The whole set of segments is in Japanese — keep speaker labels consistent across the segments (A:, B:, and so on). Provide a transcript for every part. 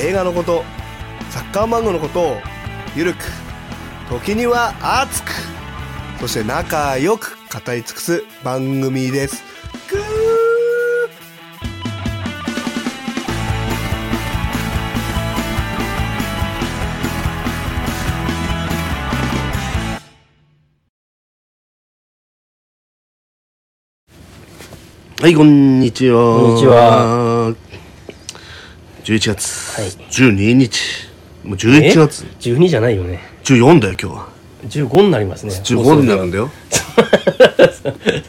A: 映画のことサッカー漫画のことをゆるく時には熱くそして仲良く語り尽くす番組ですぐーはい、こんにちは。
B: こんにちは。
A: 11月
B: はい
A: 12日、もう11月
B: え12じゃないよね
A: 14だよ今日は
B: 15になりますね
A: 15になるんだよ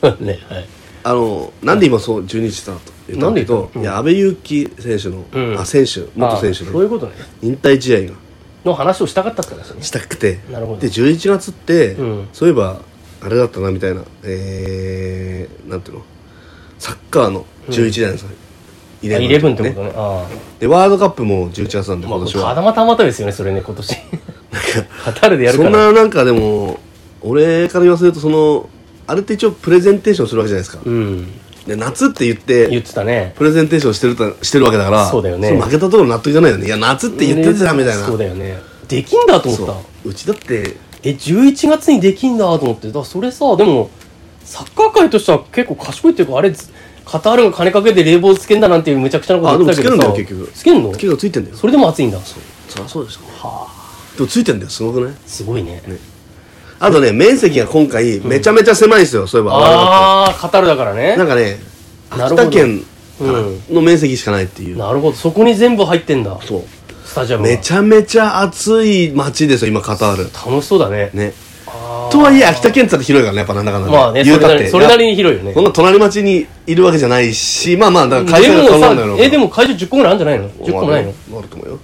B: そうねはい
A: あのなんで今そう12日だと言った
B: なん
A: だけ
B: で
A: ど、いや安倍祐希選手の、
B: うん
A: あ選手元選手
B: あそうい
A: の
B: うことね
A: 引退試合が
B: の話をしたかったからですね
A: したくて
B: なるほど
A: で11月って、
B: うん
A: そういえばあれだったなみたいなえー、なんていうのサッカーの11じゃないですか、イ
B: あイレブンってことねあ
A: でワールドカップも11月なんで
B: あま
A: 今
B: あ
A: 年
B: た
A: は、
B: またまたですよねそれね今年カタールでやる
A: そ
B: か
A: ん
B: ら
A: ななんかでも俺から言わせるとそのあれって一応プレゼンテーションするわけじゃないですか、
B: うん
A: で夏って言って
B: 言ってたね
A: プレゼンテーションしてるたしてるわけだから
B: そうだよね
A: れ負けたところ納得じゃないよねいや夏って言っててダメだよな、
B: そうだよねできんだと思
A: そ
B: っ
A: う
B: た
A: うちだって
B: え11月にできんだと思ってだからそれさでもサッカー界としては結構賢いっていうかあれカタールが金かけて冷房つけんだなんていうむちゃくちゃなこと言ってたけどさ
A: あでもつけるんだよ結局
B: つけんの
A: 気がついてんだよそ
B: それでも暑いんだ
A: りゃそうでしょでもついてんだよすごくない
B: すごいね
A: あとね面積が今回めちゃめちゃ狭いんですよ、そういえば
B: ああカタールだから
A: あれだってな
B: ね
A: んかね秋
B: なるほど
A: 田県
B: うん
A: の面積しかないっていう、
B: なるほどそこに全部入ってんだ
A: そう
B: スタジアム
A: めちゃめちゃ暑い街ですよ今カタール
B: ゃ楽しそうだね
A: ね
B: あー
A: とはいえ秋田県って言ったら広いからねやっぱなんだかんだ
B: まあねそれなりそれなりに広いよね
A: こんな隣町にいるわけじゃないしまあまあだから会社
B: で
A: が
B: も
A: 考え
B: さ
A: るんだろうけど
B: えでも会場10個ぐらいあるんじゃないの10個もないの
A: あると思うよ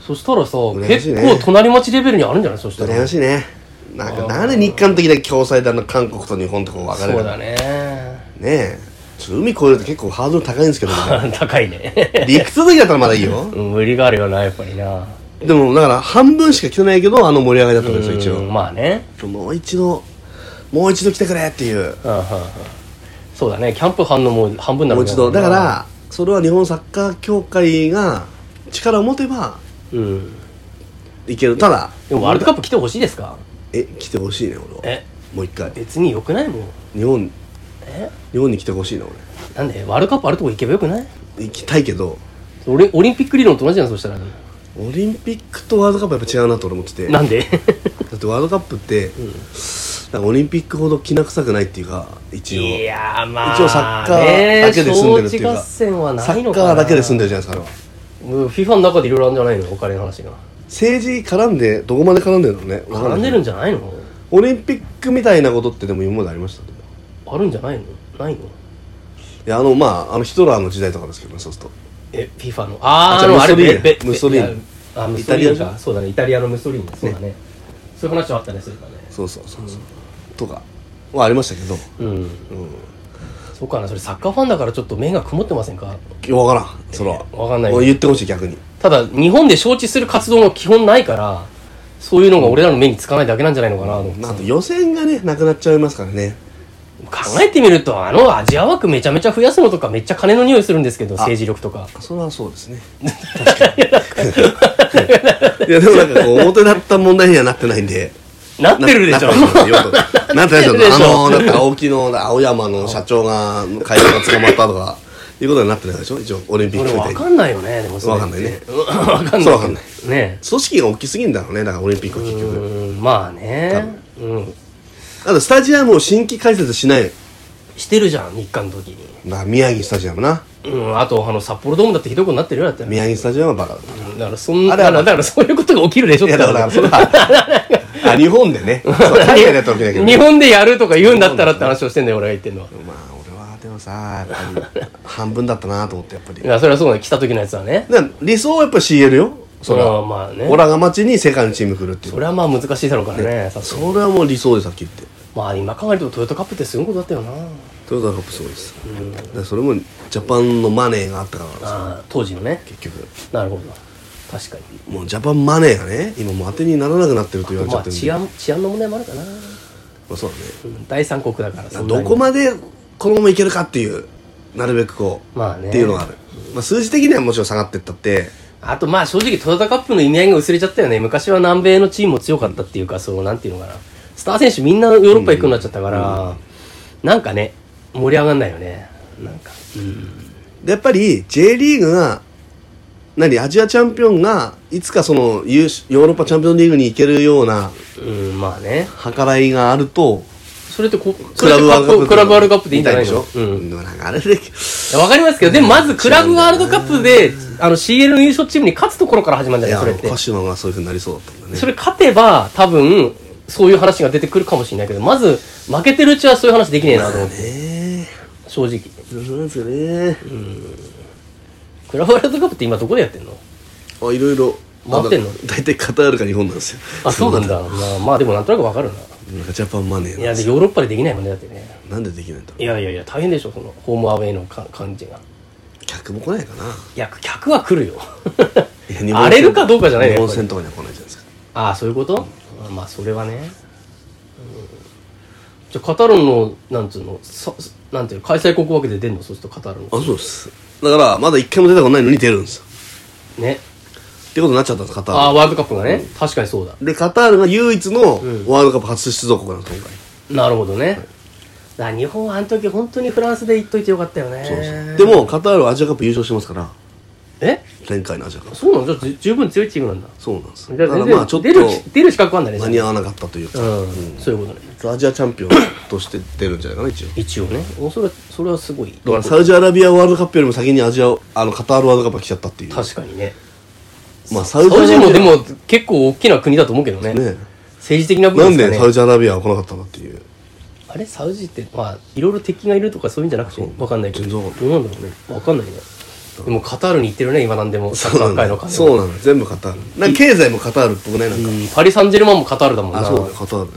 B: そしたらさ
A: ましい
B: 結
A: ね
B: 構隣町レベルにあるんじゃないそした
A: 羨ま
B: ら
A: しいねなんかなんで日韓的な共済団の韓国と日本とこう分かれ
B: そ
A: る
B: う
A: の
B: だ
A: ね
B: ね
A: えちょっと海越えるって結構ハードル高いんですけどね
B: 高いね
A: 陸続きだったらまだいいよ
B: うん無理があるよなやっぱりな
A: でもだから半分しか来てないけどあの盛り上がりだったんですよ一
B: うんまあね
A: 応もう一度もう一度来てくれっていう
B: うんうんうんそうだねキャンプ班のもう半分にな
A: もう
B: る
A: 一
B: も
A: 度
B: んな
A: だからそれは日本サッカー協会が力を持てば
B: うん
A: いけるただ
B: でもワールドカップ来てほしいですか
A: え来てほしいね俺は
B: え
A: もう一回
B: 別によくないもう
A: 日本
B: え
A: 日本に来てほしいな
B: なんでワールドカップあるとこ行けばよくない
A: 俺行きたいけど
B: オリオリンピック理論と同じじゃんそしたら
A: オリンピックとワールドカップやっぱ違うなと俺思ってて
B: なんで
A: だってワールドカップって、なんかオリンピックほどきな臭くないっていうか一応
B: いやーまあ
A: 一応サッカーだけで住んでるっていうか、
B: ね招致合戦は
A: サ
B: ない
A: ッ
B: の
A: カ
B: かな
A: ーだけで住んでるじゃないですかあれは
B: うん FIFA の中でいろいろあるんじゃないのお金の話が
A: 政治絡んでどこまで絡んでるのねわか
B: 絡んで
A: ない
B: るんじゃないの
A: オリンピックみたいなことってでも今までありましたい
B: あるんじゃないのないの
A: やあのまああのヒトラーの時代とかですけどねそうすると
B: え FIFA の
A: あ
B: あー
A: じゃあ
B: のあれ
A: ムッソリーニ
B: べべ
A: ムッソリーニ
B: べあムッ
A: イ
B: ソ
A: タ
B: リ
A: リ
B: ー
A: ア
B: ニ
A: じゃん
B: かそうだねイタリアのムッソリーニそうだねそういう話はあったねそういえばね
A: そうそうそうそう、とかはありましたけど
B: うんそうかなそれサッカーファンだからちょっと目が曇ってませんか
A: いやわからんそれは
B: わかんない
A: もう言ってほしい逆に
B: ただ日本で承知する活動の基本ないからそういうのが俺らの目につかないだけなんじゃないのかなと思って
A: あと予選がねなくなっちゃいますからね
B: 考えてみるとあのアジア枠めちゃめちゃ増やすのとかめっちゃ金の匂いするんですけど政治力とか
A: それはそうですね確かにいやでもなんかこう表立った問題にはなってないんで
B: なってるでしょ
A: なってないよくなってない
B: なってるで
A: でし
B: し
A: ょ
B: ょ
A: あのなんか青木の青山の社長が会社が捕まったとかいうことになってないでしょ一応オリンピック
B: 俺
A: みたい
B: わ
A: に
B: かんないよねでもそれ
A: わかんないね
B: うんわかん
A: そう
B: ない
A: わかんない
B: ね
A: 組織が大きすぎんだろうねだからオリンピックは
B: う
A: 結局
B: ーんまあねうん
A: あとスタジアムを新規開設しない
B: してるじゃん日韓の時に
A: な宮城スタジアムな
B: うんあとあの札幌ドームだってひどいことになってるよだって
A: 宮城スタジアムはバカだな
B: うんだからそんな
A: あれあれ
B: だからそういうことが起きるでしょっ
A: い
B: て
A: やだからそれはあ日本でねそう海外だったわけだけど
B: 日本でやるとか言うんだったらって話をしてんだよ俺が言ってんのは
A: まあ俺はあでもさやっぱり半分だったなと思ってやっぱり
B: いやそれはそうね来た時のやつはね
A: で理想はやっぱ CL よそれ
B: うん
A: は、
B: まあね
A: オラが町に世界のチーム来るっていう
B: それはまあ難しいだろうからねさすがに
A: それはもう理想でさっき言って
B: まあ今考えるとトヨタカップってすごいことだったよな
A: トヨタカップすごいです、だからそれもジャパンのマネーがあったからなんですよ
B: ああ当時のね
A: 結局
B: なるほど確かに
A: もうジャパンマネーがね今もう当てにならなくなってると言われちゃ
B: ま
A: って
B: あ
A: るん
B: 治
A: で、ま
B: 安治安の問題もあるかな、
A: あ、そうだね
B: うん第三国だからそんな
A: ど
B: に
A: こまでこのままいけるかっていうなるべくこう、
B: まあね
A: っていうのがある、まあ、数字的にはもちろん下がってったって
B: あとまあ正直トヨタカップの意味合いが薄れちゃったよね昔は南米のチームも強かったっていうかそうなんていうのかなスター選手みんなヨーロッパ行くようになっちゃったから、なんかね盛り上がんないよねなんかうん
A: でやっぱり J リーグが何アジアチャンピオンがいつかその優勝ヨーロッパチャンピオンリーグに行けるような
B: うんまあね
A: 計らいがあると
B: それってこそ
A: ク
B: れ
A: ラ
B: って
A: ブ
B: か
A: ワー
B: っ
A: ルドカッ
B: こ
A: プ
B: クラブワールドカップでいいんじゃない
A: でし
B: の
A: ょ、
B: うん
A: でもなんかあれで
B: いやわかりますけどでもまずクラブワールドカップであの CL の優勝チームに勝つところから始まるん
A: い
B: じゃ
A: や
B: ないそれって
A: 鹿島がそういうふうになりそうだったんだね
B: それ勝てば多分そういう話が出てくるかもしれないけどまず負けてるうちはそういう話できねえなと思って
A: ね
B: 正直
A: えそうなんですよね、
B: クラブワールドカップって今どこでやってんの
A: あいろいろ
B: 回ってんの
A: まだ大体カタールか日本なんですよ
B: あそうなんだまあまあでもなんとなくわかるな
A: なんかジャパンマネー
B: い
A: なん
B: や
A: です
B: で
A: よ
B: ヨーロッパでできないもんねだってね
A: なんでできないんだろ
B: いやいやいや大変でしょそのホームアウェイのか感じが
A: う客も来ないかない
B: や客は来るよ
A: いや日本戦
B: 荒れるかどうかじゃないよ
A: 日
B: やっ
A: 本
B: ぱり
A: 戦とかには来ないじゃないですか
B: ああそういうことあまあそれはね、うんじゃあカタールのなんつうのさなんていうの開催国枠で出んのそうするとカタールの
A: あそうですだからまだ一回も出たことないのに出るんですよ
B: ね
A: ってことになっちゃったんですカタ
B: あ
A: ー
B: あワールドカップがね、確かにそうだ
A: ルでカタールが唯一の
B: ん
A: ワールドカップ初出場国なんです今回
B: なるほどね、だから日本はあの時本当にフランスで行っといてよかったよね
A: そうそうでもカタールはアジアカップ優勝してますから
B: え
A: 前回のアジアカップ
B: そうなのじゃあじ十分強いチームなんだ
A: そうなんです
B: じゃ
A: よだか
B: あ
A: ら
B: 全
A: まあちょ
B: 然
A: っと
B: 出る出る資格はあんだね
A: 間に合わなかったというか、
B: うん、そういうことね
A: アジアチャンピオンとして出るんじゃないかな一応
B: 一応ねおそれはそれはすごい
A: だからサウジアラビアワールドカップよりも先にアジアあのカタールワールドカップが来ちゃったっていう
B: 確かにね
A: まあサ
B: サ
A: ウジア
B: ウ
A: ラビ
B: ジ
A: ア
B: もでも結構大きな国だと思うけどね
A: ね
B: 政治的な部
A: な
B: 分
A: ん
B: です
A: で
B: かね
A: サウジアラビアは来なかったのっていう
B: あれサウジってまあいろいろ敵がいるとかそういうんじゃなくて
A: そう
B: わかんないけど
A: 全然
B: ど
A: わか
B: うなんだろうねわかんないねでもカタールに行ってるね今なんでもサッカ
A: そう
B: ー界
A: な
B: の
A: の
B: 金
A: そうなの全部カタールなんか経済もカタールっぽくないなんか、
B: うんパリ・サンジェルマンもカタールだもんな
A: あそうだよカタール、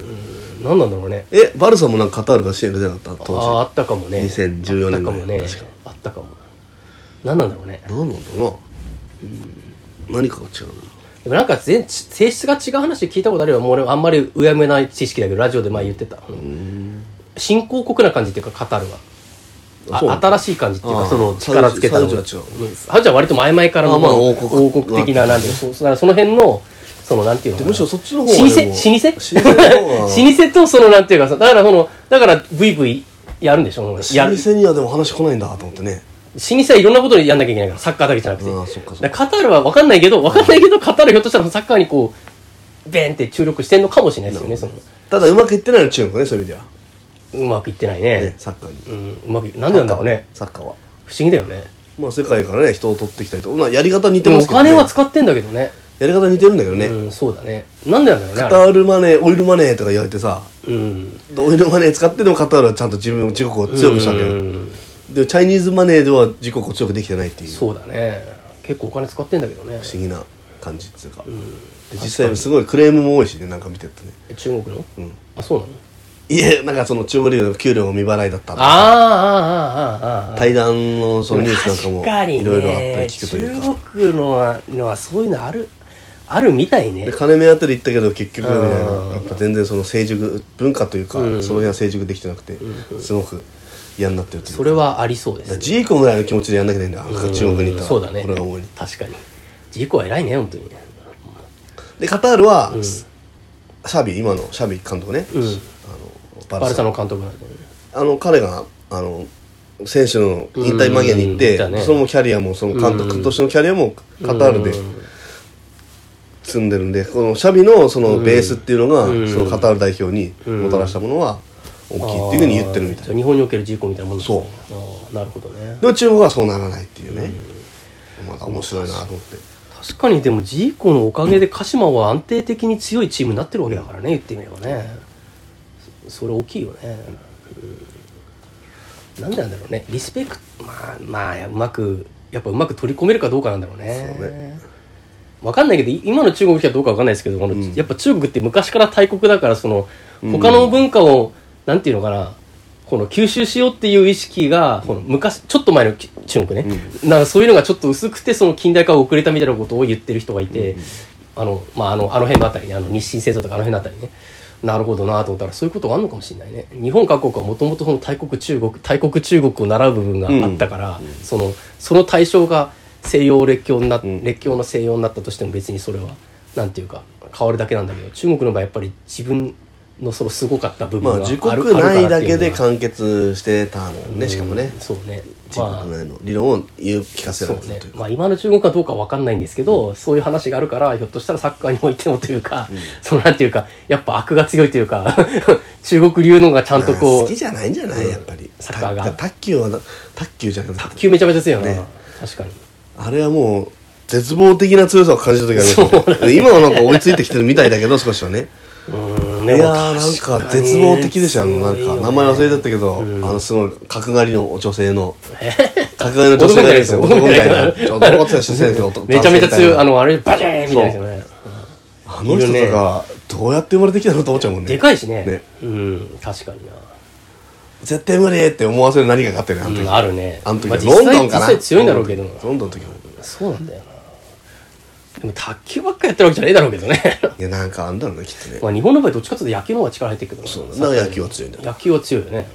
B: 何なんだろうね
A: えバルサもなんかカタールが支援が出なかった
B: あ
A: 当
B: ああったかもね
A: 2014
B: あったか
A: 年
B: も
A: ぐら
B: ね
A: い確か
B: あったかも何なんだろうね
A: 時何なんだろうな、うん、何かが違うな
B: でもなんか全性質が違う話聞いたことあるよもう俺あんまりうやむやない知識だけどラジオで前言ってた新興国な感じっていうかカタールはあ
A: そうなの
B: 新しい感じっていう
A: あ
B: か
A: あ
B: その力つけたの
A: サウ
B: が
A: ジは違
B: うんサウジは割と前々からの
A: あまあ王国
B: 王国的ななんていうのそうだからその辺のそのなんていうのかな
A: むしろそっちの方
B: 老舗
A: が
B: 老
A: でも老舗の方が
B: 舗 老舗とそのなんていうかさだからそのだからブイブイやるんでしょや
A: 老舗にはでも話来ないんだと思ってね
B: 老舗はいろんなことやんなきゃいけないからサッカーだけじゃなくて
A: ああそっかそっか
B: だからカタールは分かんないけど分かんないけどカタールひょっとしたらサッカーにこうベンって注力してんのかもしれないですよねその
A: ただうまくいってないの中国ねそういう意味で
B: うまくいってな
A: は、
B: いね
A: ね、サッカーに
B: うんうまくいなんでなんだろうね
A: サッカーは
B: 不思議だよね
A: まあ世界からね人を取ってきたりとまあやり方似て
B: で
A: ま
B: もお
A: すけど、ね、
B: 金は使ってんだけどね
A: やり方似てるんだけどね、
B: うんそうだねなんでなんだろうね
A: カ
B: あ
A: ター
B: れ
A: ルマネーオイルマネーとか言われてさ
B: うん
A: オイルマネー使ってでもカタールはちゃんと自分自国を強くしたんだよ、
B: うん
A: でもチャイニーズマネーでは自国を強くできてないっていう不
B: そうだね結構お金使ってんだけどね
A: 思議な感じっていうか、で実際すごいクレームも多いしねなんか見てるとね
B: 中国の
A: うん
B: あそうなの
A: いえなんかその中央リーグの給料も未払いだったとか
B: あーあーあーあーあー
A: 対談のそのニュースなんか
B: 確か
A: も
B: にね
A: いろいろあったり聞くというか
B: 中国のはのはそういうのあるあるみたいね
A: で金目当てで行ったけど結局みたいな
B: うん
A: やっぱ全然その成熟文化というか、
B: うん
A: その辺は成熟できてなくて、すごく嫌になってるというか
B: それはありそうです
A: ジーコぐらいの気持ちでやんなきゃいけないんだ、中国に行ったら
B: そうだね
A: これが主に
B: 確かにジーコは偉いね本当にね
A: でカタールは、シャビ今のシャビ監督ね、
B: うん
A: あのバ
B: バ
A: ル
B: ルサ
A: サ
B: の監督なんだよね
A: あの彼があの選手の引退間際に行っ
B: うんうん
A: て、
B: だね
A: そのキャリアもその監督としてのキャリアもカタールで積んでるんでこのシャビのそのベースっていうのが、
B: うん
A: そのカタール代表にもたらしたものは大きいっていうふうに言ってるみた
B: あ
A: いな
B: ーじゃあ日本におけるジーコみたいなもんだ
A: そう
B: あーなるほどね
A: でも中国はそうならないっていうね、また面白いなと思って
B: 確かにでもジーコのおかげで鹿島は安定的に強いチームになってるわけだからね言ってみればねそそれ大きいよねなんでなんだろうねリスペクトまあまあうまくやっぱうまく取り込めるかどうかなんだろうね
A: そうね
B: わかんないけどい今の中国人はどうかわかんないですけどこの、
A: うん
B: やっぱ中国って昔から大国だからその
A: うん
B: 他の文化を、なんていうのかなこの吸収しようっていう意識がこの昔ちょっと前のき中国ね、なんかそういうのがちょっと薄くてその近代化が遅れたみたいなことを言ってる人がいて、あのまああのあの辺のあたりねあの日清戦争とかあの辺のあたりねなるほどなと思ったらそういうことがあるのかもしれないね日本各国はもともとその大国中国大国中国を習う部分があったから、そのその対象が西洋列強にな、
A: ん
B: 列強の西洋になったとしても別にそれはなんていうか変わるだけなんだけど中国の場合やっぱり自分のそのすごかった部分
A: まあ
B: がある,、
A: 自国内だけで
B: か
A: 完結してたもんねしかもね
B: そうね
A: 自
B: まあ
A: 国内の理論を言う聞かせら
B: そ
A: れた
B: うね
A: という、か
B: まあ、今の中国はどうかわかんないんですけど、そういう話があるからひょっとしたらサッカーにおいてもというか、そのなんていうかやっぱ悪が強いというか 中国流のがちゃんと
A: まあ
B: こう
A: 好きじゃないんじゃないやっぱり
B: サッカーが
A: た卓球はな卓球じゃなくて
B: 卓球めちゃめちゃ強いよな、
A: ね
B: 確かに
A: あれはもう絶望的な強さを感じた時ありましたね今はなんか追いついてきてるみたいだけど少しはね
B: うーん
A: い
B: でも
A: やーなん
B: 確
A: か
B: に
A: 絶望的でしたよなん
B: 強いよ
A: か
B: ね
A: 名前忘れちゃったけどあ
B: うん
A: のすごい角刈りの女性の角刈りの女性がいるんですよ
B: 男
A: 男
B: み
A: み
B: た
A: た
B: い
A: い
B: な
A: な ちょっと男って女性ですよ
B: めちゃめちゃ強いあ
A: あの
B: のあれバチーンみたいなやつよね
A: あの人とかどうやって生まれてきたのと思っちゃうもんね
B: でかいしね
A: ね
B: うん確かにな
A: 絶対無理って思わせる何かがあってねあの時
B: うん、あるね
A: あの時
B: ま
A: は
B: あ、
A: ロン
B: 実
A: ド
B: 際
A: ンか
B: 実
A: な
B: 際強いんだろうけど
A: ロンドンの時も
B: そうなんだよなでも卓球ばっかやってるわけじゃねえだろうけどね
A: いやなんかあんだろうねきっとね
B: まあ日本の場合どっちかというと野球の方が力入ってくるけど
A: そう
B: な
A: だだから野球は強いんだよ
B: 野球は強いよね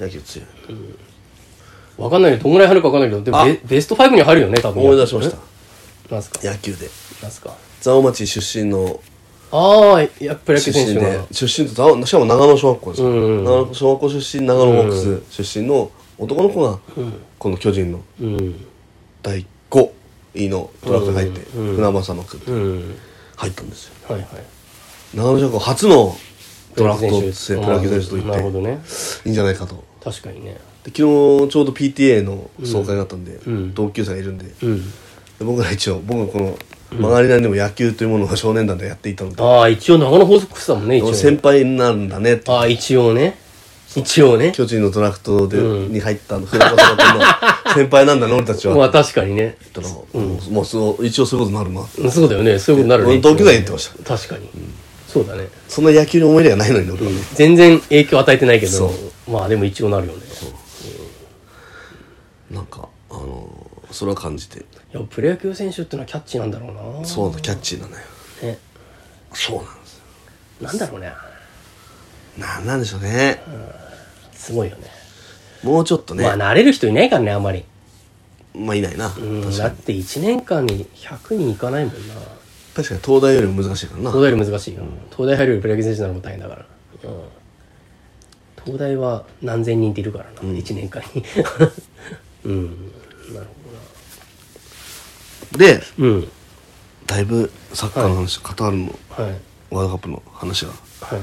A: 野球強い
B: わかんないけどどんぐらい入るかわかんないけどでも
A: あ
B: ベベスト5には入るよね多分
A: 思い出しました
B: なんすか
A: 野球で
B: なんすか
A: 蔵王町出身の
B: ああいやプロ野
A: 出
B: 球選
A: 身
B: 手
A: で
B: が
A: 出身と長野しかも長野小学校ですよ、
B: うんうん
A: 長野小学校出身長野ホークス出身の男の子が、この巨人の
B: うん
A: 第5位のドラフトに入って、
B: うんうん
A: 船政の君
B: うん
A: 入ったんですよ
B: はいはい
A: 長野小学校初のドラフ
B: プロ
A: ト
B: 野球
A: 生
B: 選手
A: プロ野球選手と言
B: なるほ
A: っ
B: どね
A: ていいんじゃないかと
B: 確かにね
A: で昨日ちょうど PTA の総会があったんで、
B: ん
A: 同級生がいるんで,で、
B: うん
A: 僕ら一応僕はこの曲がりなりでも野球というものを少年団でやっていたので、
B: ああ一応長野放送クスだもんね一応
A: 先輩になるんだねって
B: ああ一応ね一応ね
A: 巨人のドラフトで、
B: うん
A: に入ったの船越さんの先輩なんだな俺たちは、
B: まあ確かにね
A: って言ったら、もうもうそう一応そういうことになるな
B: そうだよねそういうことになる
A: 俺
B: ね
A: 同級生言ってました
B: 確かにそうだね
A: そんな野球に思い入れがないのに俺はね、
B: 全然影響与えてないけど
A: そ
B: まあでも一応なるよね
A: なんかあのーそれは感じて
B: いやプロ野球選手ってのはキャッチーなんだろうな
A: そうなキャッチーなのよ
B: ね
A: そうなんですよ
B: なんだろうね
A: なんなんでしょうね、
B: すごいよね
A: もうちょっとね
B: まあ
A: まあ、
B: 慣れる人いないからねあんまり
A: いないな、
B: うん
A: 確
B: だ
A: か
B: っ
A: に
B: て1年間に100人いかないもんな
A: 確かに東大よりも難しいからな
B: 東大より難しいよ東大入るよりプロ野球選手なのも大変だからうん東大は何千人っているからな1年間 にうんなる
A: で
B: ほどうん
A: だいぶサッカーの話、カタールの
B: はい
A: ワールドカップの話が
B: はい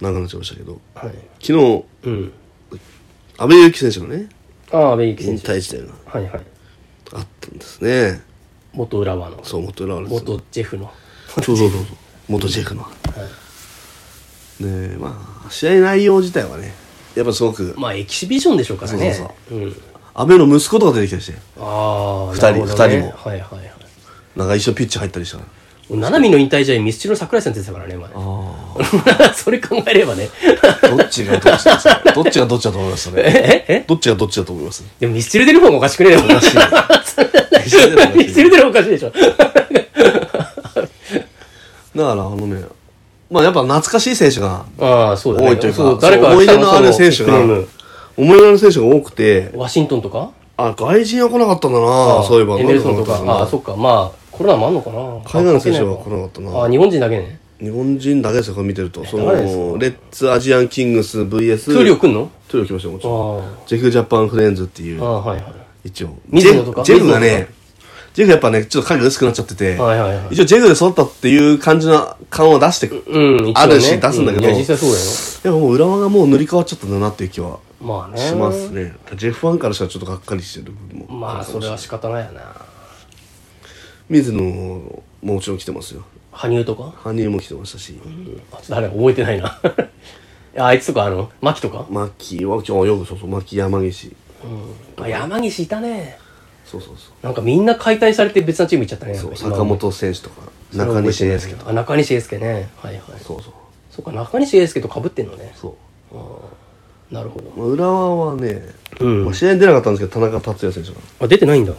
A: 長くなっちゃいましたけど
B: はい
A: 昨日
B: うん
A: 阿部祐希選手のね
B: ああ阿部
A: 引
B: 選手
A: 退したような
B: はいはい
A: あったんですね
B: 元浦和の
A: そう元浦和です
B: 元ジェフの
A: そうそうそうそう元ジェフの、でまあ試合内容自体はねやっぱすごく
B: まあエキシビションでしょうからね
A: そう
B: うん
A: 阿部の息子とか出てきたりして
B: ああ
A: 二人
B: なるほどね
A: 二人も
B: はいはいはい
A: なんか一緒ピッチ入ったりした
B: 七海の引退試合ミスチルの桜井さん出てたからね 前
A: あ
B: それ考えればね
A: どっちがどっちですかどっちがどっちだと思います
B: え
A: ね
B: ええ
A: どっちがどっちだと思います
B: でもミスチル出る方がおかしくねえよ ミ
A: スチル出る方がおかしい
B: スチル出る方がおかしいでしょ
A: だからあのねまあやっぱ懐かしい選手が
B: ああそうだね
A: 多いというか
B: そ誰か
A: 思い出のある選手が
B: そのニックネー
A: 思い出のある選手が多くて
B: ムワシントンとか
A: あ外人は来なかったんだなそういえば
B: エネルソンとか
A: なん思
B: ああ
A: った
B: そ
A: んだ
B: っかまあコロナもあんのかな
A: 海外の選手は来なかったな
B: ああ日本人だけね
A: 日本人だけですよこれ見てるとその
B: 誰ですか
A: レッツアジアンキングス VS
B: トゥーリオ来んの
A: トゥーリオ来ましたよもち
B: あ
A: ろん
B: あ
A: ジェフジャパンフレンズっていう
B: ああはいはい
A: 一応ジ
B: 水
A: ェ
B: 野と
A: フ
B: か
A: ジェフが
B: 水野
A: ね
B: とか
A: ジェフやっぱねちょっと影が薄くなっちゃってて、
B: はいはいはい
A: 一応ジェフで育ったっていう感じの感を出してく
B: うん、一応ね
A: あるし出すんだけど
B: ういや、実際そうだよ。
A: でももう浦和がもう塗り替わっちゃったんだなっていう気は
B: まあね。
A: しますねジェフファンからしたらちょっとがっかりしてる部分も
B: まあ、それは仕方ないよな。
A: 水野ももちろん来てますよ
B: 羽生とか
A: 羽生も来てましたし
B: あ誰か覚えてないな。 ああいつとか、あの、牧とか、
A: 牧はちょよくそうそう牧山岸
B: うん、あ山岸いたね。
A: そうそうそう
B: なんかみんな解体されて別なチーム行っちゃったね。
A: そう
B: なんか今
A: 坂本選手とか
B: それは
A: 中
B: 覚え
A: 西
B: てない
A: 英介とか
B: あ、中西英介ね。はいはい。そ
A: そうそう
B: うか、中西英介と被ってんのね。
A: そ
B: あーなるほど
A: う、。まあ、浦和はね、
B: うん
A: まあ、試合に出なかったんですけど田中達也選手が
B: あ、出てないんだ。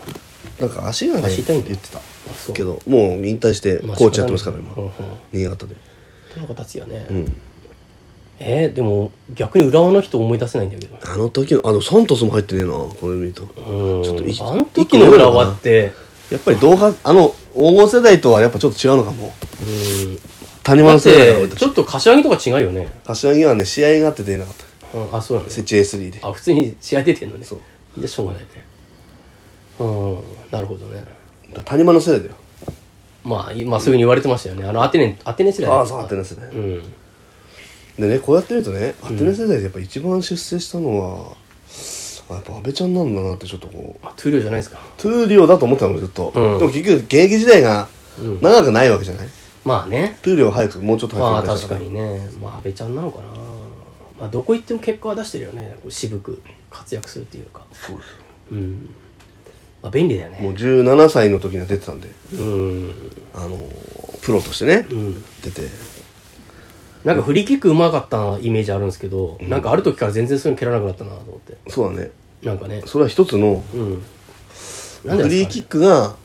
A: なんか足がね
B: 足痛いん
A: っ
B: だ
A: て言ってた
B: あそう
A: けどもう引退して
B: まあ
A: コーチやってますから
B: 仕
A: 今
B: 方ないうんうん
A: 新潟で
B: 田中達也ね。
A: うん
B: えーでも逆に浦和の人思い出せないんだけど。
A: あの時のあのサントスも入ってねえなこれ見ると
B: うん。
A: ちょっとい
B: あの時の浦和って、
A: やっぱり同派あの黄金世代とはやっぱちょっと違うのかも
B: うん。
A: 谷
B: だ
A: 丸
B: っ
A: 世代の
B: て
A: 俺、た
B: ち
A: ち
B: ょっと柏木とか違うよね。
A: 柏木はね試合があって出なかった
B: うん、あ、そうなんです
A: 設置 A3 で
B: あ、普通に試合出てんのね。
A: そう
B: じゃあしょうがないね。うん、なるほどね。
A: 谷丸世代だよ
B: まあ、今すぐに言われてましたよね。あの、アテネ、アテネ世代
A: ああそうアテネ世代
B: うん。
A: でねこうやって見るとねアテネ世代でやっぱ一番出世したのは、あやっぱ安倍ちゃんなんだなってちょっとこう
B: あ、トゥーリオじゃないですか。
A: トゥーリオだと思ってたのずっと、
B: うん
A: でも結局現役時代が
B: うん
A: 長くないわけじゃない、
B: まあね。
A: トゥーリオは早くもうちょっと
B: ま
A: 早
B: あ
A: く
B: 確かにね。まあ、安倍ちゃんなのかな。まあ、どこ行っても結果は出してるよね。こう渋く活躍するっていうか。
A: そうです
B: うん。まあ、便利だよ
A: もう
B: ね。
A: 17歳の時には出てたんで
B: うん。
A: あのプロとしてね、
B: うん。
A: 出て
B: なんかフリーキックうまかったイメージあるんですけど、なんかある時から全然そういうの蹴らなくなったなと思って。
A: そうだね
B: なんかね。
A: それは一つの
B: うん。なんでなんですかね
A: フリーキックが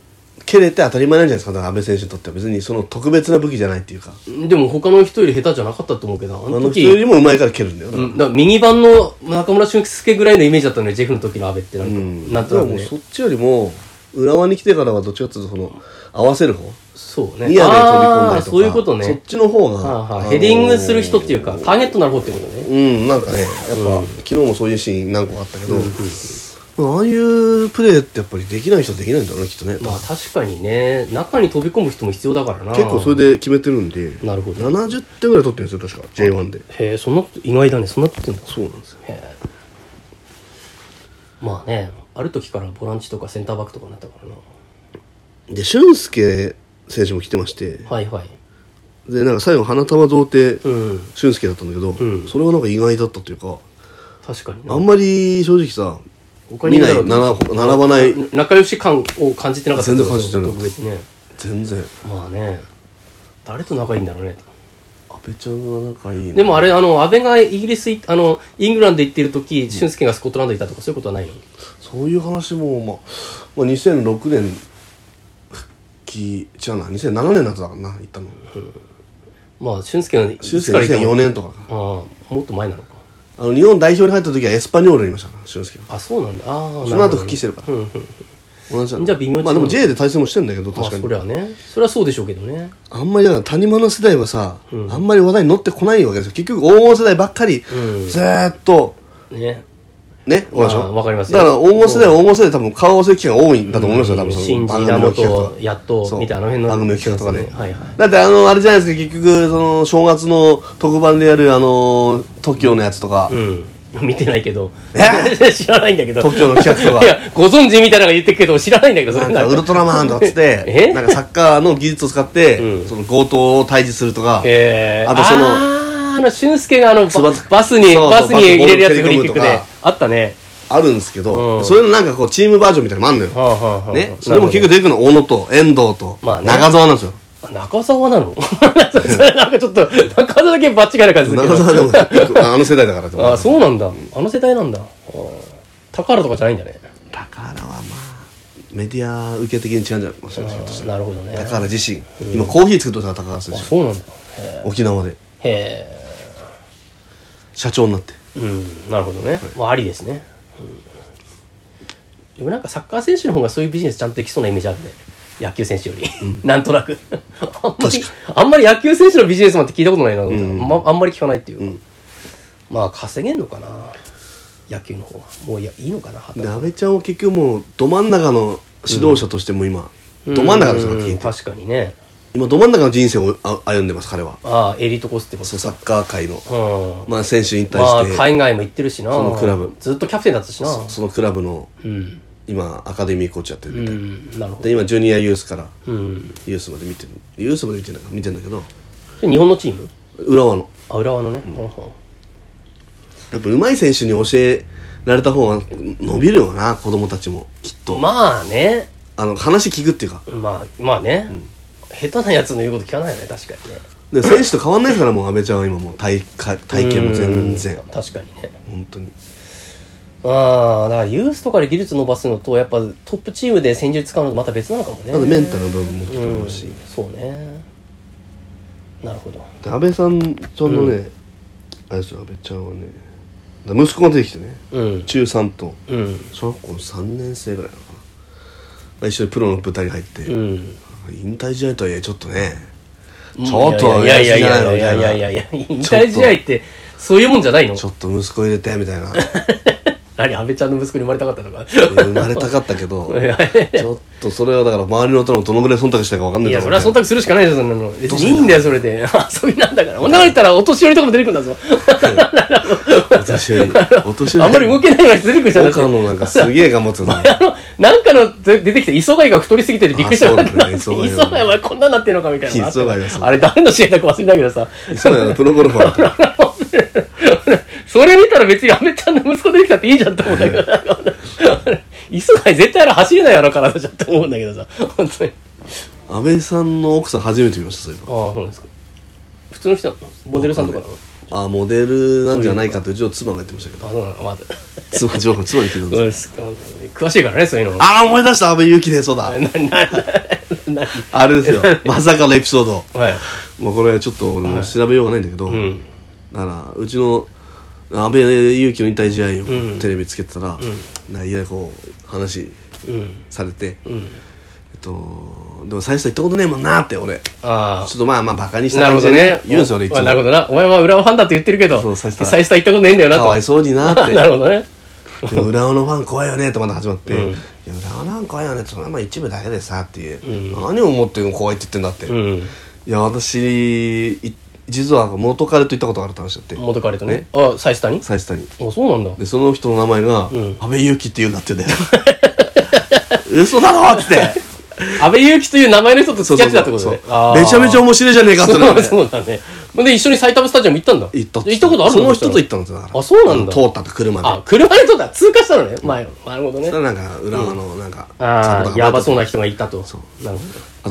A: 蹴れて当たり前なんじゃないですかだから安倍選手にとっては別にその特別な武器じゃないっていうか
B: でも他の人より下手じゃなかったと思うけど、あ
A: あの
B: の
A: 人
B: 時、
A: よりもうまいから蹴るんだよだ
B: う
A: から
B: んだから右版の中村俊輔ぐらいのイメージだったのよ、ジェフの時の阿部ってなんか、
A: うん
B: なんとなく
A: もう
B: ね。
A: そっちよりも浦和に来てからはどっちかっていうとその合わせる方
B: そうね。
A: ニアで飛び込んだり
B: あー
A: とか
B: そういうこと
A: そっ
B: ね。
A: ちの方が、
B: はあはあ
A: あのー
B: ヘディングする人っていうか、ターゲットになる方ってことね。
A: うんなんかねやっぱ、昨日もそういうシーン何個かあったけど、ああいうプレーってやっぱりできない人はできないんだろうねきっとね、
B: まあ確かにね、中に飛び込む人も必要だからな。
A: 結構それで決めてるんで
B: なるほど。
A: 70点ぐらい取ってるんですよ確か J1 で
B: へえ、そんなこと、意外だね。そんなこと言ってんだ。
A: そうなんですよ
B: へえ。まあね、ある時からボランチとかセンターバックとかになったからな。
A: で俊介選手も来てまして
B: はいはい。
A: でなんか最後花束贈呈、
B: うん。
A: 俊介だったんだけど、
B: うん
A: それはなんか意外だったというか
B: 確かにな
A: あんまり正直さ
B: 他に
A: 見
B: いる
A: な
B: だろ
A: いう並ば並ばない
B: 仲良し感を感じてなかった
A: 全然感じてなかった
B: 特別ね
A: 全然
B: まあね誰と仲いいんだろうね
A: 阿部ちゃんが仲いい
B: でもあれあの安倍がイギリスいあのイングランド行ってる時俊介がスコットランド行ったとかそういうことはないの
A: そういう話も、まあ、まあ2006年復帰違うな2007年だったかな行ったの
B: まあ俊介のい
A: 俊
B: つ
A: 介
B: から行っ
A: 2004
B: たの
A: 年とか
B: ああもっと前なのか
A: あの日本代表に入った時はエスパニョールにいましたから俊介は
B: あそうなんだああ
A: その後復帰してるから
B: うんうん
A: 同じだ
B: じゃあ微妙に違う
A: まあでも J で対戦もしてんだけど
B: ま
A: 確か
B: あそ
A: に
B: れはねそれはそうでしょうけどね
A: あんまりだから谷間の世代はさ、
B: うん
A: あんまり話題に乗ってこないわけですよ結局黄金世代ばっかり、
B: うん
A: ずーっと
B: ね
A: ねわかりまし
B: まあ
A: ょ
B: わかりますよ
A: だから黄金世代は黄金世代多分顔合わせる機会が多いんだと思いますよ、多分その
B: 新
A: 番組
B: 次だ
A: の
B: も
A: 企画と
B: と
A: か
B: やっと
A: そう
B: みたいなあの辺の
A: 番組の企画とかね
B: はいはい
A: だってあのあれじゃないですか結局その正月の特番でやるあの TOKIO のやつとか、
B: うん。見 てないけど。
A: え
B: 知らないんだけど。
A: 東京の企画とか
B: いや、ご存知みたいなのが言ってるけど、知らないんだけど、そ
A: な
B: れ
A: んかウルトラマンとかっつっ
B: え
A: てなんかサッカーの技術を使って、
B: うん
A: その強盗を退治するとか、
B: えー、
A: あとその
B: あーあの、俊介があの、
A: つ
B: バ
A: ば
B: バスに、
A: そうそう
B: バスに入れるや
A: バス
B: つ
A: ボ
B: フ
A: ール蹴り込む
B: リーキック
A: とか
B: で。あったね。
A: あるんですけど、
B: うん
A: それのなんかこうチームバージョンみたいなのもあんのよ、
B: はあはあはあ
A: ね、それも結局出てくるのは大野と遠藤と
B: まあね
A: 長澤なんですよ、
B: あ中澤なの それなんかちょっと、中澤だけ場違いな感じするけ
A: 長
B: ど。
A: 澤でも結構あの世代だからと
B: あ
A: 思
B: ー
A: う
B: そうなんだ。あの世代なんだ。あー高原とかじゃないんだね。
A: 高原はまあメディア受け的に違うんじゃないかもしれ
B: あ
A: ない
B: ーなるほどね。
A: 高
B: あ
A: 原自身、今コーヒー作ってた高原選
B: そうなんだ。
A: 手沖縄で
B: へえ。
A: 社長になって
B: うん、なるほどね。まあ、ありですね。うんでもなんかサッカー選手の方がそういうビジネスちゃんとできそうなイメージあるね。野球選手より。なんとなく。あんまり、あんまり野球選手のビジネスマンって聞いたことないな、まあんまり聞かないっていうか。まあ、稼げんのかな。野球の方は。もういや、いいのかな、
A: で安倍ちゃんは結局もうど真ん中の指導者としても今、ど真ん中ですから、
B: うん
A: 結局
B: 確かにね。
A: 今ど真ん中の人生をあ歩んでます彼は
B: ああ、エリートコースってこと
A: そうサッカー界の、
B: うん。
A: まあ、選手に対
B: まあ、
A: して、
B: 海外も行ってるしな。
A: そのクラブ
B: ずっとキャプテンだったしな。
A: そのクラブの
B: うん。
A: 今アカデミーコーチやってる
B: う
A: みたい、
B: ん。なるほど
A: で。今ジュニアユースから
B: うん。
A: ユースまで見てるユースまで見てるのか見てんだけど
B: で日本のチーム
A: 浦和の
B: あ、浦和のね。
A: やっぱ上手い選手に教えられた方が伸びるよな子供たちもきっと、
B: まあね
A: あの話聞くっていうか
B: まあまあね、下手なやつの言うこと聞かないよね確かに
A: で
B: ね
A: 選手と変わんないからもう阿部ちゃんは今もう体か体型も全然
B: うん確かにね
A: 本当に
B: ああだからユースとかで技術伸ばすのとやっぱトップチームで戦術使うのとまた別なのかもね
A: あとメンタルの部分も大きくな
B: う
A: る
B: ん
A: し、
B: そうねなるほど
A: で安倍さんちゃんのね、あれですよ安倍ちゃんはねだ息子が出てきてね
B: うん
A: 中3と
B: うん
A: 小学校3年生ぐらいなのかなまあ一緒にプロの舞台に入って、
B: うん
A: 引退試合とはいえちょっとねちょっとはい
B: やいやいやいやいやいやいや引退試合ってそういうもんじゃないの
A: ちょっと息子入れてみたいな
B: 何安倍ちゃんの息子に生まれたかったとか
A: 生まれたかったけど
B: いや
A: ちょっとそれはだから周りの大人もどのぐらい忖度したか分かんない
B: いや、
A: だ
B: そ
A: ろう
B: れ
A: ね
B: は忖度するしかないでしょ、そんなの。別にいいんだよ、それで。遊びなんだから。女の子いたら、お年寄りとかも出てくるんだぞ。
A: お年寄りお年寄り
B: あんまり動けないのに出てくるじゃん。だって
A: 岡野なんかすげえ頑張ってたな
B: あの、なんかの出てきて、磯貝が太りすぎててびっくりし
A: あ
B: た
A: そうなんだ
B: なんで
A: 磯貝は
B: 磯貝はこんなになってるのかみたいな。
A: 磯貝はそう
B: あれ、誰の試合だか忘れたけどさ。
A: そうだよプロゴルファーと
B: それ見たら別に阿部ちゃんの息子出てきたっていいじゃんと思うんだけ ど、磯貝絶対あれ走れないよな、体じゃんと思うんだけどさ。本当に。
A: 安倍さんの奥さん初めて見ましたそういえば
B: ああ、そうなんですか。普通の人なのモデルさんとかなの
A: あモデルなんじゃないかとうちの妻が言ってましたけど
B: あ、そうなのまず。
A: 妻情報妻に聞いたん
B: そう
A: です
B: です詳しいからね、そういうの も。
A: ああ思い出した安倍勇樹ね そうだ
B: な、な、な、
A: あれですよまさかのエピソード
B: はい。
A: もうこれちょっと俺も調べようがないんだけど、
B: ん
A: だからうちの安倍勇樹の引退試合をテレビつけてたら、内容でこう話
B: うん。
A: されて、えっ
B: ん
A: とでも最初は行ったことねえもんなって俺ち
B: あ
A: ょっとまあまあバカにし
B: あ。
A: た
B: なる
A: 感
B: ほ
A: じ
B: どね
A: で。言うんですよ俺いつ
B: まあ
A: も
B: なるほどな。お前は浦和ファンだと言ってるけど、
A: そう
B: 最
A: 最
B: 初
A: 初は
B: 行ったことねえんだよなと。
A: かわいそうになって
B: なるほどね。
A: でも浦和のファン怖いよねってまだ始まって「
B: う
A: い
B: ん
A: や浦和なんか怖いよね」ってそれはまあ一部だけでさっていう、何を思って怖いって言ってんだって、
B: う
A: い
B: ん。
A: や私い実は元彼と行ったことがあるって話だって
B: 元彼とね。あ、最下に
A: 最下に
B: あ、そうなんだ。
A: でその人の名前が
B: ん
A: 「阿部勇樹」って言うんだってね 嘘だろっつって
B: 安倍祐希という名前の人と付き合ってたってことね。あー
A: めちゃめちゃ面白いじゃねえかってなって
B: そうだね。ほんで、一緒に埼玉スタジアム行ったんだ。
A: 行った
B: 行ったことある
A: その人と行
B: っ
A: ったんですよだから
B: あそうなんだ
A: 通ったって車で
B: あ、車でとだ。通過したのね。前を。なるほど
A: そ
B: ね
A: し。たらなんか浦和のなんか
B: ああ、やばそう
A: な
B: な人がいたと。なるほ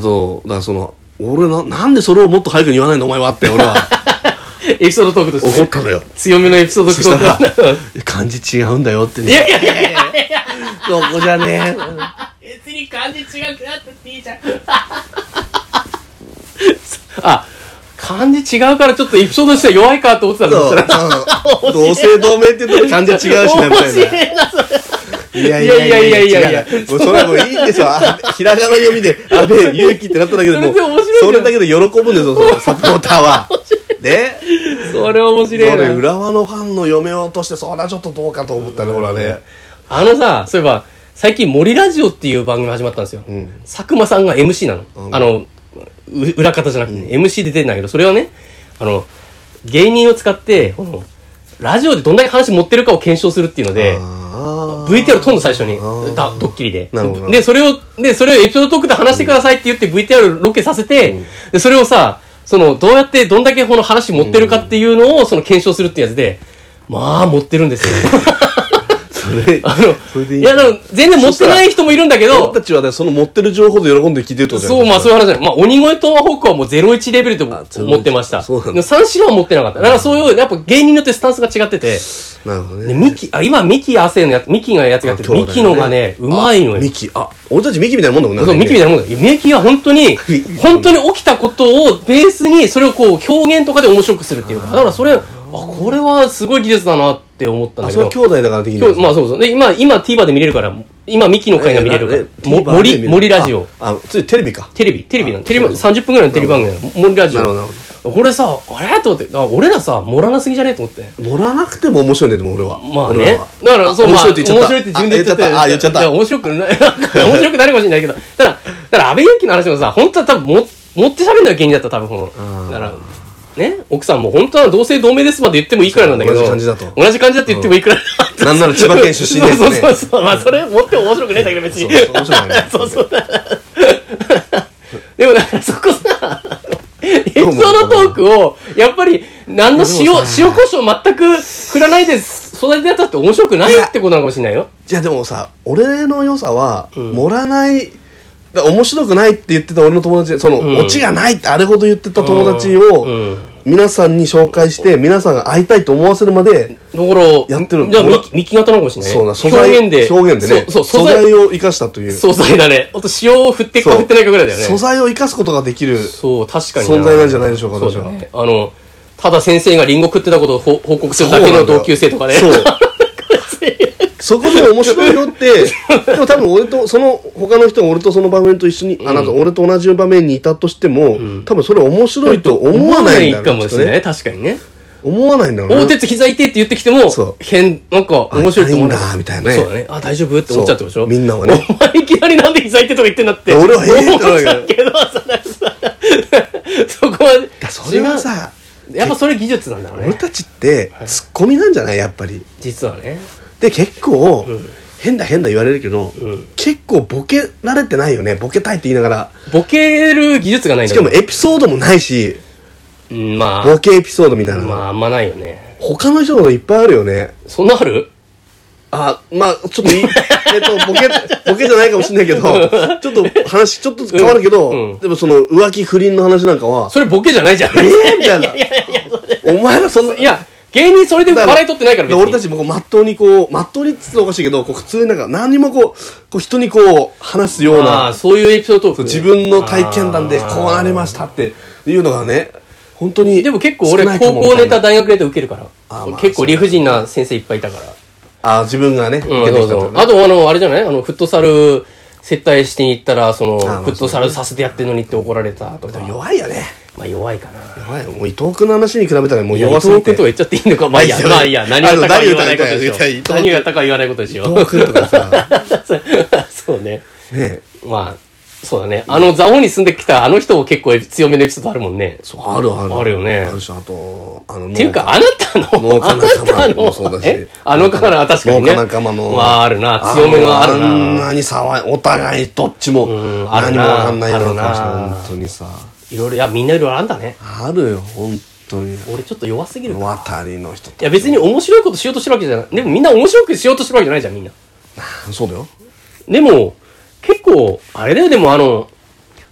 A: あ
B: ど。
A: とだからその俺ななんでそれをもっと早くに言わないんだお前はって俺は
B: エピソードトークとして
A: 怒
B: ね
A: っ。たのよ
B: 強めのエピソード
A: そしたら
B: トークだ
A: 漢字違うんだよって
B: い
A: ね
B: やいやいやいやいや
A: そこじゃ ね
B: 別に漢字違くなったっていいじゃんあ漢字違うからちょっとエピソードとしては弱いかと思ってたん
A: え
B: だそ
A: そう
B: した
A: うん同姓同名って言ったら漢字違うしな
B: ら
A: みたい
B: 面
A: な
B: 白いなそれ
A: いや
B: いやいやいやいやいや
A: 違うもうそれはもういいんですよ。あひらがな読みで、あべ、勇気ってなっただけでもう、
B: それで面白いじゃん
A: それだけで喜ぶんですよ、そのサポーターは。 ね
B: それは面
A: そ
B: 白いな
A: れ、浦和のファンの嫁をとして、そりゃちょっとどうかと思ったね、俺はね。
B: あのさそういえば最近「森ラジオ」っていう番組始まったんですよ、
A: ん
B: 佐久間さんが MC なの、あのう裏方じゃなくて、ね MC で出てんだけどそれはねあの芸人を使ってこのラジオでどんだけ話持ってるかを検証するっていうので
A: あ
B: VTR を撮るの最初に
A: ー
B: だドッキリで
A: なるほど
B: でそれをでそれをエピソードトークで話してくださいって言って VTR ロケさせて、でそれをさそのどうやってどんだけこの話持ってるかっていうのをその検証するってやつでまあ持ってるんですよ
A: あ、そ れ、
B: あの
A: それでいい
B: い
A: んだ
B: やでも全然持ってない人もいるんだけ
A: 俺
B: ど
A: たちはね、その持ってる情報で喜んで聞いてるってことだよ
B: そう、
A: ね
B: まあそういう話じゃない。まあ鬼越トマホークはもう01レベルでも
A: 01
B: 持ってました。
A: そうなんだ
B: 三四郎は持ってなかった。だからそういう、やっぱ芸人によってスタンスが違ってて、
A: なるほどね。
B: でミキ、あ、今ミキ亜生のやつ、ミキがやつやってる。
A: あ兄
B: ミ
A: 弟ね
B: キのがね、うまいのよ。
A: ミキ、あ、俺たちミキみたいなもんだもんね。
B: そう、ミキみたいなもんだよ。ミキは本当に、本当に起きたことをベースに、それをこう表現とかで面白くするっていうか。だからそれ、あ、これはすごい技術だなって思ったん
A: あ、
B: だ
A: それ
B: けど
A: は。兄弟だからでき
B: 今
A: る
B: 日、まあそうそう。で、今、今 TVer で見れるから、今ミキの回が見れるから。も森、森ラジオ。。
A: あ、あついテレビか。
B: テレビ、テレビなの。
A: あ
B: テレビ、30分ぐらいのテレビ番組なの。モンラジオ。
A: なるほどなる
B: これさ、あれと思って、あ俺らさ、盛らなすぎじゃねえと思って。
A: 乗らなくても面白いね、でも俺は。
B: まあ
A: 俺
B: ね
A: らは。
B: だから、そう、
A: 面
B: まあ、
A: 白いって言っちゃった。
B: 面白いって自分で言っちゃったよ。
A: あ、言っちゃった。
B: い
A: あ
B: や
A: 言っちゃっ
B: 面白くない、なんか面白くなるかもしれないけど、ただ、ただ、安倍祐希の話もさ、本当は多分も、持って喋るのが芸人だった、多分こ
A: う
B: の。
A: ん
B: だから、ね、奥さんも本当は同姓同名ですまで言ってもいいくらいなんだけ
A: そ
B: ど、
A: う同じ感じだと
B: 同じ感じだって言ってもいいくらい
A: うんなんなら千葉県出身ですね
B: そうそうそう。まあ、それ持っても面白くないんだけど、別に。
A: そうそ う面白くないね
B: そうそう。でもなんかそこさ、あの現象のトークを、やっぱり、何の塩、塩胡椒全く振らないで育てたやつだって面白くないってことなのかもしれないよ。
A: いやでもさ俺の良さは、盛らないだ面白くないって言ってた俺の友達その、
B: ん
A: オチがないってあれほど言ってた友達を、
B: うんうん
A: 皆さんに紹介して皆さんが会いたいと思わせるまで、
B: だから、
A: やってる
B: じゃあ、
A: ほら
B: 幹幹型なのかもしれないね。
A: そうな素材
B: 表現で。
A: 表現でね
B: そう、そう
A: 素
B: 素材。
A: 材を生かしたという
B: 素材だね。あと塩を振ってか振ってないかぐらいだよね。
A: 素材を生かすことができる
B: そう、確かに
A: 存在なんじゃないでしょうか
B: そう
A: 私
B: だ
A: は
B: ね。あの、ただ先生がリンゴ食ってたことを報報告するだけの同級生とかね。
A: そうなんだよそこで面白いよって、でも多分俺と、その、他の人が俺とその場面と一緒に、あ、なんか俺と同じ場面にいたとしても、多分それ面白いと思わないんだ
B: か
A: ろう
B: も
A: ねき
B: し
A: っと
B: れない。
A: ね。
B: 確かにね。
A: 思わないんだろう
B: 大
A: ね。
B: 鉄膝痛いって言ってきても
A: そ、う
B: 変、なんか面白いと思う
A: あ痛いんだみたいなね
B: そうだね。あ、大丈夫って思っちゃうってことでし
A: そ
B: ょ
A: うみんなはね。
B: お前いきなりなんで膝痛いとか言ってんだって。
A: 俺はへえ
B: 思
A: ー
B: っ
A: ってて
B: たけど、さ、なんかさ そこは。
A: それはさ、
B: 違う、やっぱそれ技術なんだろう
A: 俺
B: ね。
A: たちって、ツッコミなんじゃないやっぱり。
B: 実はね。
A: で、結構、変だ変だ言われるけど、結構ボケられてないよね。ボケたいって言いながら。
B: ボケる技術がないん
A: し
B: だ
A: か
B: け
A: も
B: ど
A: エピソードもないし、
B: うんま
A: ボ
B: あ、
A: ケエピソードみたいな
B: ま
A: の。
B: あ、あんまないよね。
A: 他の人のいっぱいあるよね。
B: そんなある
A: あ、まあ、ちょ っといい、えっと、ボケ、ボケじゃないかもしれないけど、ちょっと話、ちょっと変わるけど、
B: うんうん
A: でもその浮気不倫の話なんかは、
B: それボケじ ゃないじゃん。
A: ええみたいな。お前らそんな、
B: いや、芸人それで
A: だら、
B: 笑い取ってないから
A: で俺たちもこう、まっとうにこう、まっとうにって言ったらおかしいけど、こう、普通になんか、何にもこう、こう、人にこう、話すよう
B: ああー、
A: な、
B: そういうエピソードトーク。
A: 自分の体験談で、こうなりましたっていうのがね、本当に、
B: でも結構俺、
A: 少ないか
B: 高
A: も
B: 校ネタ、大学ネタ受けるから。
A: あーまあ
B: 結構理不尽な先生いっぱいいたから。
A: あー自分がね、受
B: うん、
A: けて
B: そう
A: きた
B: そ
A: と
B: う。
A: かね
B: あと、あの、あれじゃないあの、フットサル、接待して行ったら、その、
A: まあ
B: フットサルさせてやってんのにって怒られたとか。
A: 弱いよね。
B: まあ、弱いかな。
A: 弱い。もう伊藤君の話に比べたらもう
B: いや伊
A: 弱す
B: 藤
A: ぎ
B: 君
A: て
B: と。は言っちゃっていいのか。まあ、いいや、
A: いや
B: まあ、いいや。何をやったかは言わないことでし
A: いやいや伊
B: ょ。
A: 藤
B: 何をやったかは言わないことでしょ。
A: トークとか さ、ね
B: そう
A: え、
B: まあ、そうだね。あの、ザオに住んできたあの人も結構強めのエピソードあるもんね。
A: そうあるある。
B: あるよね
A: あるし、あと、あの、っ
B: っていうか、あなた
A: 農
B: の、
A: 家
B: あなた
A: 仲間
B: の
A: もそうだ、し
B: えあのかな、確かにね。
A: 農家仲間の
B: まあ、あるな。強めのある
A: あん
B: な。
A: なに騒い、お互いどっちも、
B: んある
A: 何も
B: な
A: わかんないような
B: ある
A: 顔
B: な
A: して、本当にさ。
B: いろいろ、いや、みんないろいろあんだね。
A: あるよ、本当に。
B: 俺ちょっと弱すぎるか。
A: 渡りの人
B: いや、別に面白いことしようとしてるわけじゃない。でもみんな面白くしようとしてるわけじゃないじゃん、みんな。
A: そうだよ。
B: でも、結構、あれだよ、でもあの、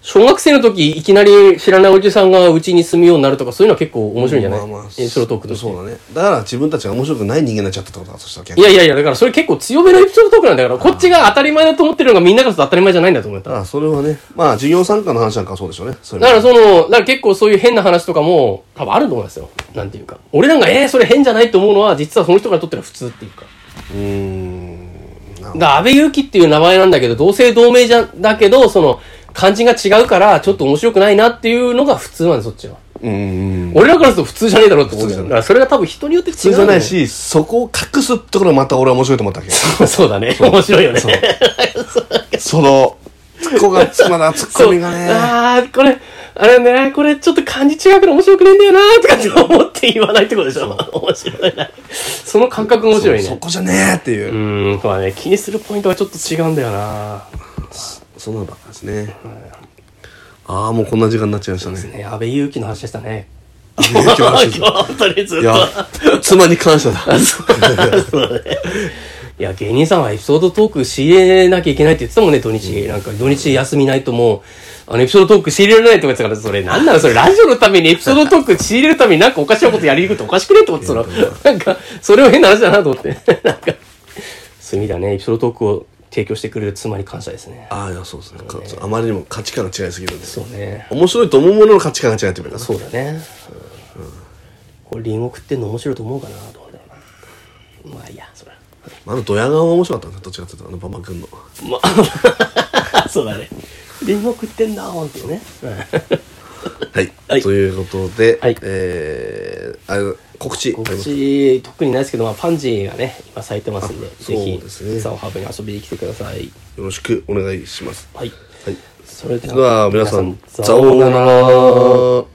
B: 小学生の時、いきなり知らないおじさんがうちに住むようになるとか、そういうのは結構面白いんじゃない
A: まあまあ
B: エンシロトークとして
A: そ。うだね。だから自分たちが面白くない人間になっちゃったってことだ、そしたら逆
B: い
A: に。
B: やいやいや、だからそれ結構強めのエピソードトークなんだから、こっちが当たり前だと思ってるのがみんなが当たり前じゃないんだと思った。
A: ああそれはね。まあ、授業参加の話なんかはそうでしょうね。それ
B: だ
A: は
B: からその、だから結構そういう変な話とかも多分あると思いますよ。なんていうか。俺なんか、えー、それ変じゃないと思うのは、実はその人からとっての普通っていうか。
A: うーん。な
B: だから安倍祐希っていう名前なんだけど、同姓同名じゃ、だけど、その、漢字が違うから、ちょっと面白くないなっていうのが普通なんです、そっちは。
A: うーん。
B: 俺らからすると普通じゃねえだろうって思うじ
A: 普通じ
B: ゃん。
A: ゃない
B: だからそれが多分人によって違う。
A: それじゃない。し、そこを隠すところがまた俺は面白いと思ったわけ。
B: そうだね。面白いよね。そう。
A: その、ツッコが、まだツッコミがね。
B: ああ、これ、あれね、これちょっと漢字違うから面白くねえんだよなーとかって思って言わないってことでしょ。面白いな。その感覚面白い
A: そ
B: ね。
A: こじゃねえっていうう。
B: ーん、そうだね。気にするポイントはちょっと違うんだよな。
A: そんなのばっかですね。ああ、もうこんな時間になっちゃいましたね。
B: ね、安倍祐希の話でし たね。
A: 今日はちょっと
B: 本当にずっ
A: い
B: と。
A: や、妻に感謝だ。
B: そうね。いや、芸人さんはエピソードトーク仕入れなきゃいけないって言ってたもんね、土日。なんか、土日休みないともう、あの、エピソードトーク仕入れられないとか言ってたから、それ、なんなのそれ、ラジオのためにエピソードトーク仕入れるためになんかおかしなことやりに行くとおかしくねえと思ってたの。なんか、それは変な話だなと思って。なんか、罪だね、エピソードトークを提供してくれる妻に感謝ですね。
A: ああ、いや、そうですね。かあまりにも価値観が違いすぎるんです。
B: そうね。
A: 面白いと思うものの価値観が違いっていうかな。
B: そうだね。これ、リンゴ食ってんの面白いと思うかなと思うんだよな。まあ、いいや、それ。
A: あの、ドヤ顔は面白かったんですよ。どっちかっていうと、あの、馬場君 の。
B: まあ、 そうだね。リンゴ食ってんなーっていうね。
A: はい。
B: はい
A: ということで、
B: はい
A: えー、あ告知。
B: 告知、特にないですけど、まあ、パンジーがね、今咲いてますんで、
A: あ
B: ぜひ
A: そうです、ね
B: サオハーブに遊びに来てください。
A: よろしくお願いします。
B: はい。
A: はい。
B: それで
A: では皆さん、
B: さようなら
A: さようなら